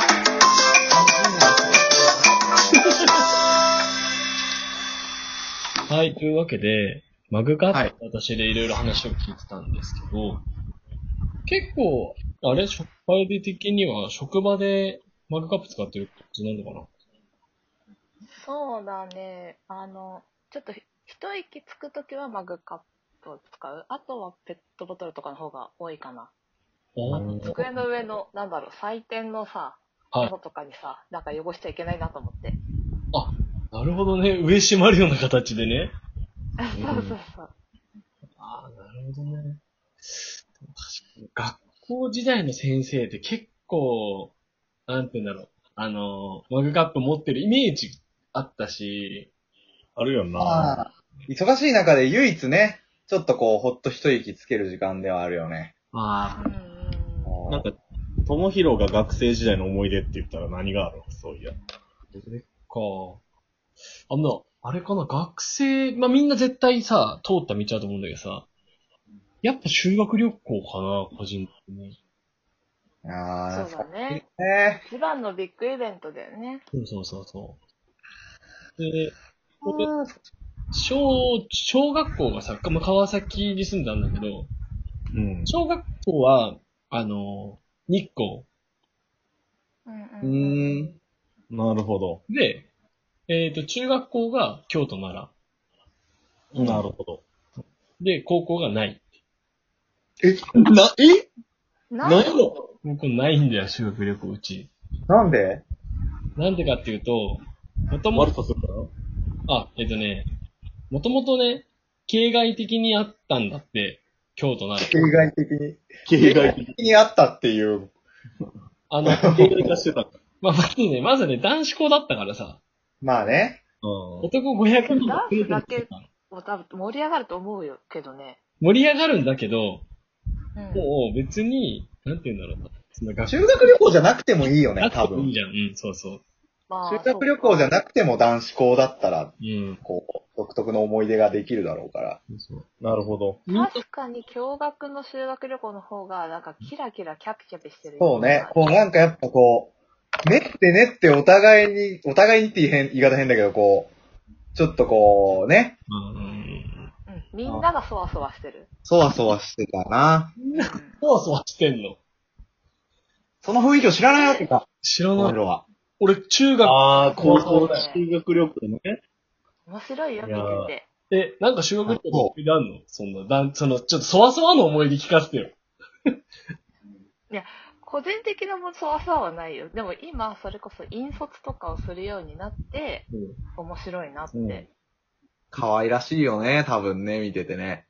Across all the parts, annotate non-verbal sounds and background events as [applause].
[laughs] はい、というわけで、マグカはッいプ私でいろいろ話を聞いてたんですけど、結構、あれ、職場で的には職場でマグカップ使ってる感じなのかなそうだね。あの、ちょっとひ一息つくときはマグカップを使う。あとはペットボトルとかの方が多いかな。あのー机の上の、なんだろう、採点のさ、はい窓とかにさ、なんか汚しちゃいけないなと思って。なるほどね。上閉まるような形でね。そうそうそう。ああ、なるほどね。でも確かに、学校時代の先生って結構、なんて言うんだろう。あの、マグカップ持ってるイメージあったし、あるよな。まあ、忙しい中で唯一ね、ちょっとこう、ほっと一息つける時間ではあるよね。まあ、うんうんうん。なんか、ともひろが学生時代の思い出って言ったら何があるのそういや。か。あんな、あれかな、学生、まあみんな絶対さ、通った道だと思うんだけどさ、やっぱ修学旅行かな、個人的に。ああ、そうだね。ね。一番のビッグイベントだよね。そうそうそうそう。で、これうん小、小学校がさ、まあ川崎に住んだんだけど、うん。小学校は、あの、日光うんううんうん。ーん。なるほど。で、えっ、と、中学校が京都奈うんなるほど。良。で、高校がない。え、な、えなん何やろ高校ないんだよ、修学旅行うち。なんでなんでかっていうと、もとも悪さするからあ、えっ、とね、もともとね、形骸的にあったんだって、京都奈良。形外的に。形骸的的にあったっていう。あ [laughs] の、形骸化してたから。まあ、まずね、まずね、男子校だったからさ、まあね。うん。男500人ダンスだけもう多分盛り上がると思うよけどね。盛り上がるんだけど、うん。もう別に、なんて言うんだろうな。その学修学旅行じゃなくてもいいよね、な多くてもいい分。じゃん。うん、そうそう。まあ修学旅行じゃなくても男子校だったら、うん。こう、独特の思い出ができるだろうから。そうなるほど。確かに驚愕の修学旅行の方が、なんかキラキラキャピキャピしてる。そうね。こうなんかやっぱこう、練って練ってお互いに、お互いにって言い変言い方変だけど、こう、ちょっとこうね、うん。うん。みんながそわそわしてる。そわそわしてたな。そわそわしてんのその雰囲気を知らないわけか。知ら俺ない。らは。俺、中学、ああ、高校そうのね修学旅行ね。面白いよ、い見やーてて。え、なんか修学旅行の思い出あんのそんな、だん、その、ちょっとそわそわの思い出聞かせてよ。個人的なもそわそわはないよ。でも今、それこそ引率とかをするようになって、面白いなって。うん可愛らしいよね、多分ね、見ててね。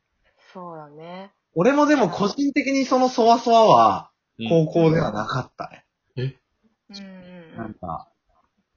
そうだね。俺もでも個人的にそのそわそわは、うん高校ではなかったね。うんうんうなんん。か、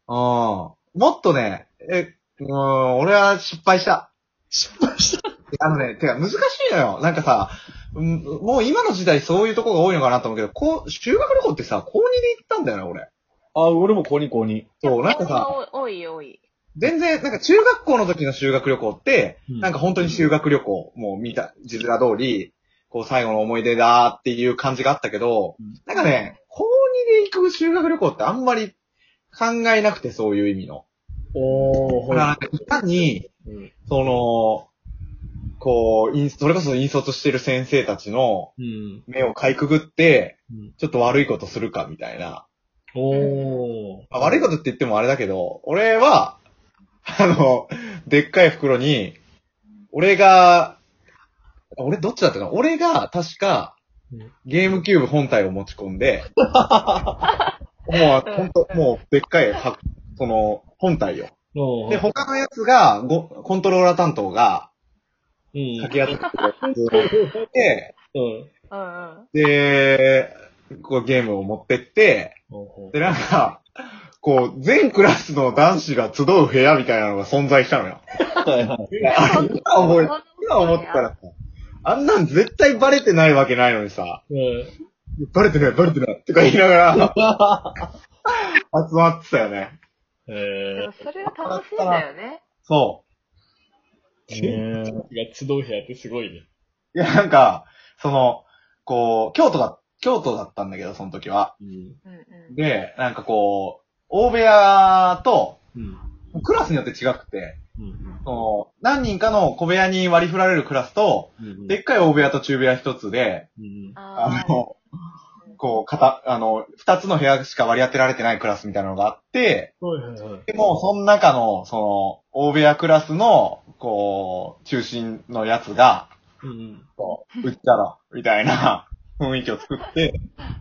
うん。もっとね、え、うん、俺は失敗した。失敗した。あのね、てか難しいのよ。なんかさ、うんもう今の時代そういうとこが多いのかなと思うけど、こう、修学旅行ってさ、高2で行ったんだよね、俺。あ、俺も高2高2。そう、なんかさ、多い多い多い。全然、なんか中学校の時の修学旅行って、うんなんか本当に修学旅行、もう見た、字面通り、こう最後の思い出だーっていう感じがあったけどうん、なんかね、高2で行く修学旅行ってあんまり考えなくて、そういう意味の。おー、だからなんか、いかに、うん。その、こう、引それこそ引率してる先生たちの、うん。目をかいくぐってうん、ちょっと悪いことするかみたいな。おー。あ悪いことって言ってもあれだけど、俺は、あの、でっかい袋に、俺が、俺どっちだったかな俺が確かうん、ゲームキューブ本体を持ち込 [laughs] んで、もう、ほんと、もう、でっかい箱、その、本体よ。おー。で、他のやつが、ごコントローラー担当が、うん。掛け合ってくれて、うん。うん [laughs] うん。で、こうゲームを持ってって、おーで、なんか、こう、全クラスの男子が集う部屋みたいなのが存在したのよ。はいはい。あれ今思い、今思ったらさ、あんなん絶対バレてないわけないのにさ、うん。バレてない、バレてない、とか言いながら、集まってたよね。えでもそれは楽しいんだよね。そねえー、が集う部屋ってすごいね。う。いや、なんか、その、こう、京都だ、京都だったんだけど、その時は。うん。うんうん。で、なんかこう、大部屋と、うん。クラスによって違くて、うんその何人かの小部屋に割り振られるクラスと、うん。でっかい大部屋と中部屋一つで、うん、ああの、こう、かた、あの、二つの部屋しか割り当てられてないクラスみたいなのがあって、はいはいはい。でも、その中の、その、大部屋クラスの、こう、中心のやつが、うん。うっちゃら、みたいな雰囲気を作って、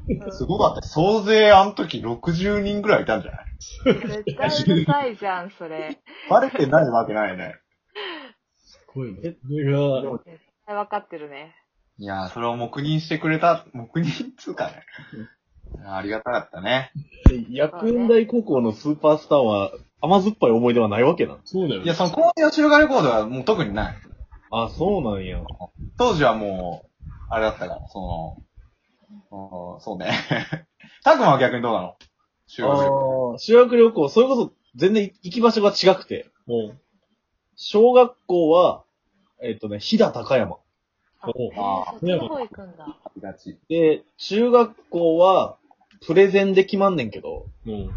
ーうんすごかった。総勢あの時60人ぐらいいたんじゃない絶対うるさいじゃん、それ。バレてないわけないね。すごいね。それが、絶対分かってるね。いやー、それを黙認してくれた、黙認っつうかね。ありがたかったね。薬園大高校のスーパースターは甘酸っぱい思い出はないわけなんそうだよいや、ね。その高校修学旅行ではもう特にない。あ、そうなんや。当時はもう、あれだったから、その、うんそうね。 [laughs] たくまは逆にどうなの修学旅行。ああ、修学旅行、それこそ全然行き場所が違くて。も小学校は、えっ、とね、飛騨高山。あおうえー、そっちの方行くんだ。行きがちで、中学校は、プレゼンで決まんねんけど、う、もう。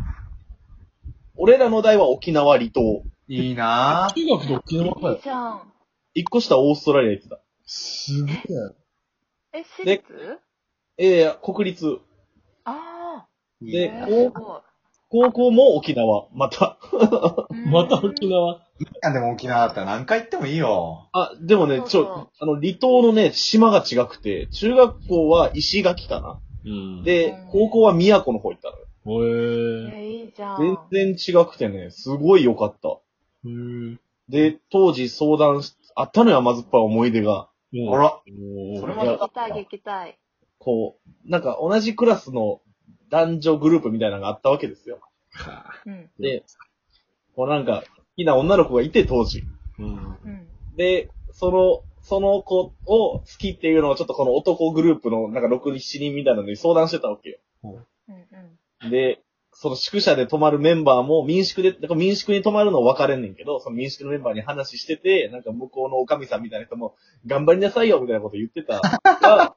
俺らの代は沖縄離島。いいなぁ。中学と沖縄かいいよ。じゃん。一個下オーストラリア行ってた。すげえ。え、私立ええ国立。あであ。お高校も沖縄。また。また沖縄。縄。いやでも沖縄だったら何回行ってもいいよ。あ、でもね、そうちそうょ、あの、離島のね、島が違くて、中学校は石垣かな。うん。でうん、高校は宮古の方行ったのよ。おええ、いいじゃん。全然違くてね、すごい良かった。ー。うん。で、当時相談し、あったのよ、甘酸っぱい思い出が。ほら。もうそれまいでや聞きたい、聞きたい。こう、なんか同じクラスの男女グループみたいなのがあったわけですよ。うん。で、こうなんか、好きな女の子がいて、当時。うん。うん。で、その、その子を好きっていうのをちょっとこの男グループのなんか6、7人みたいなのに相談してたわけよ。うん。うん。で、その宿舎で泊まるメンバーも民宿で、だから民宿に泊まるの分かれんねんけど、その民宿のメンバーに話してて、なんか向こうのおかみさんみたいな人も、頑張りなさいよみたいなこと言ってたが、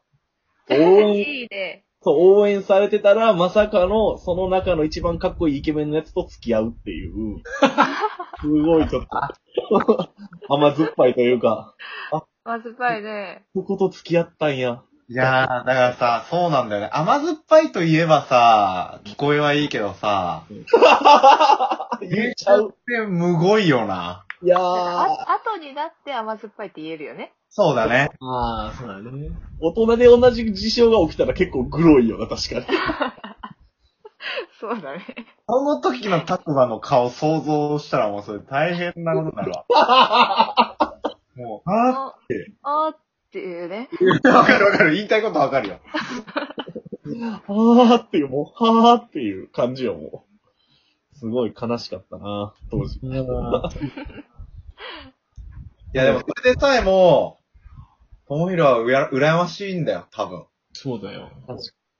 応援、いいね。そう、応援されてたら、まさかの、その中の一番かっこいいイケメンのやつと付き合うっていう、すごいちょっと、甘酸っぱいというか、まずぱいね。そこと付き合ったんや。いやー、だからさ、そうなんだよね。甘酸っぱいといえばさ、聞こえはいいけどさ、言っちゃう。で、むごいよな。いやー、あ後になって甘酸っぱいって言えるよね。そうだね。ああ、そうだね。大人で同じ事象が起きたら結構グロいよな、確かに。そうだね。その時のタクマの顔想像したらもうそれ大変なことになる [laughs] わ。もう、あああーっていうね。ーわかるわかる。言いたいことわかるよ。はーっていう、もう、はーっていう感じよ、もう。すごい悲しかったな、当時。いやーいやでも、それでさえも、ともひろはうや羨ましいんだよ、多分。そうだよ。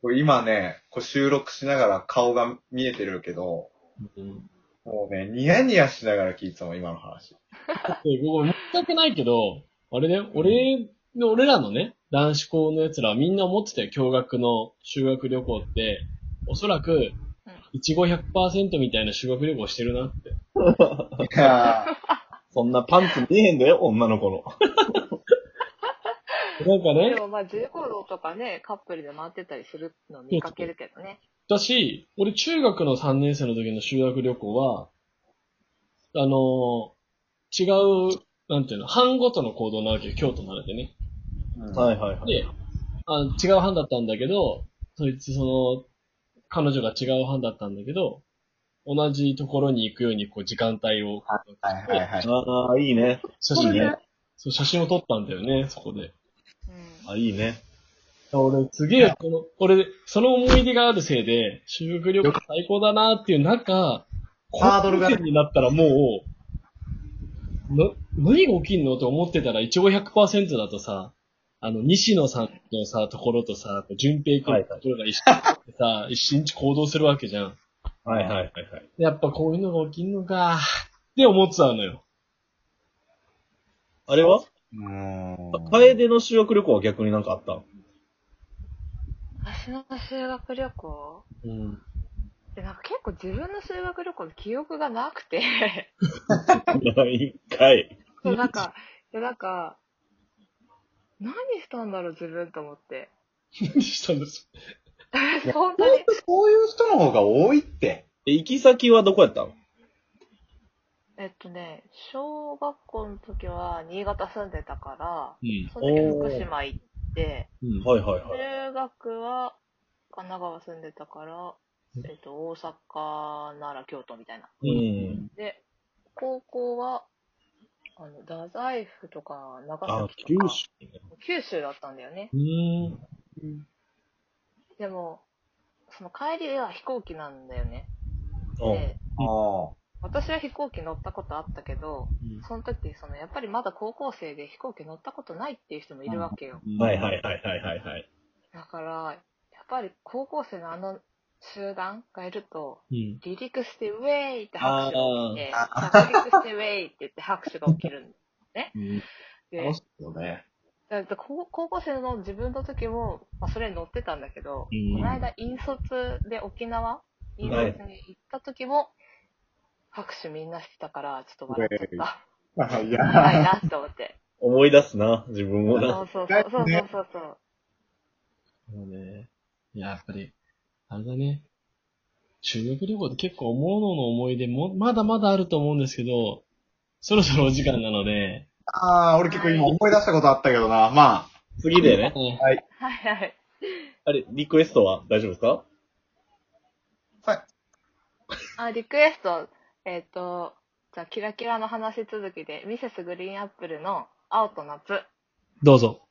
これ今ね、こう収録しながら顔が見えてるけど、うん。もうね、ニヤニヤしながら聞いてたもん、今の話。だって、ごめん、全くないけど、あれだよ、俺の、俺らのね、男子校の奴らはみんな思ってたよ、驚学の修学旅行って、おそらく、1500%みたいな修学旅行してるなって。いやーそんなパンツ見えへんだよ、女の子の。なんかねで、もまあ、重厚道とかね、カップルで回ってたりするの見かけるけどね。だし、俺中学の3年生の時の修学旅行は、あのー違う、なんていうの、班ごとの行動なわけよ、京都ならでね。 [laughs] うんはいはいはい。で、あ違う班だったんだけど、そいつその、彼女が違う班だったんだけど、同じところに行くように、こう、時間帯を、はいはいはい。ああ、いいね。写い真いね。そう、写真を撮ったんだよね、そこで。うん。あ、いいね。俺、すげえ、この、俺、その思い出があるせいで、修学旅行最高だなっていう中、ハードルがね高校生になったらもう、な、何が起きんのと思ってたら、一応100%だとさ、あの、西野さんのさ、ところとさ、淳平君のところが一緒になってさ、一日行動するわけじゃん。はいはいはいはい。やっぱこういうのが起きんのか、って思ってたのよ。あれはうんあ楓の修学旅行は逆になんかあった私の修学旅行うん。で、なんか結構自分の修学旅行の記憶がなくて、 [laughs] ないんかい。そうなんか、いやなんか、何したんだろう自分と思って。何したんです本当本に。当そういう人の方が多いって。え、行き先はどこやったのえっとね、小学校の時は新潟住んでたから、うん。その時は福島行って、うん。はいはいはい。中学は神奈川住んでたから、えっと、大阪、奈良、京都みたいな。うん。で、高校は、あの、太宰府とか、あ長、崎九とか、州ね。九州だったんだよね。うん。でも、その帰りは飛行機なんだよね。うん。で、ああ。私は飛行機乗ったことあったけど、うんその時、その、やっぱりまだ高校生で飛行機乗ったことないっていう人もいるわけよ。はいはいはいはいはいはい。だから、やっぱり高校生のあの集団がいると、うん。離陸してウェーイって拍手が起きて、あ着陸してウェーイって言って拍手が起きるんうん。で楽、しいよね。だって高高校生の自分の時も、まあ、それに乗ってたんだけど、うんこの間、引率で沖縄、引率に行った時も、拍手みんなしてたから、ちょっと笑っちゃった。あ [laughs] いや [laughs] 怖いなって思って。思い出すな、自分もそな。うそうそうそうそうそう。そうね。いや、やっぱり、あれだね。修学旅行って結構、おのおのの思い出も、まだまだあると思うんですけど、そろそろお時間なので、ああ、俺結構今思い出したことあったけどな。まあ、次でね。ねはいはい。あれ、リクエストは大丈夫ですかあ、リクエスト、えっ、と、じゃあ、キラキラの話続きで、ミセスグリーンアップルの青と夏。どうぞ。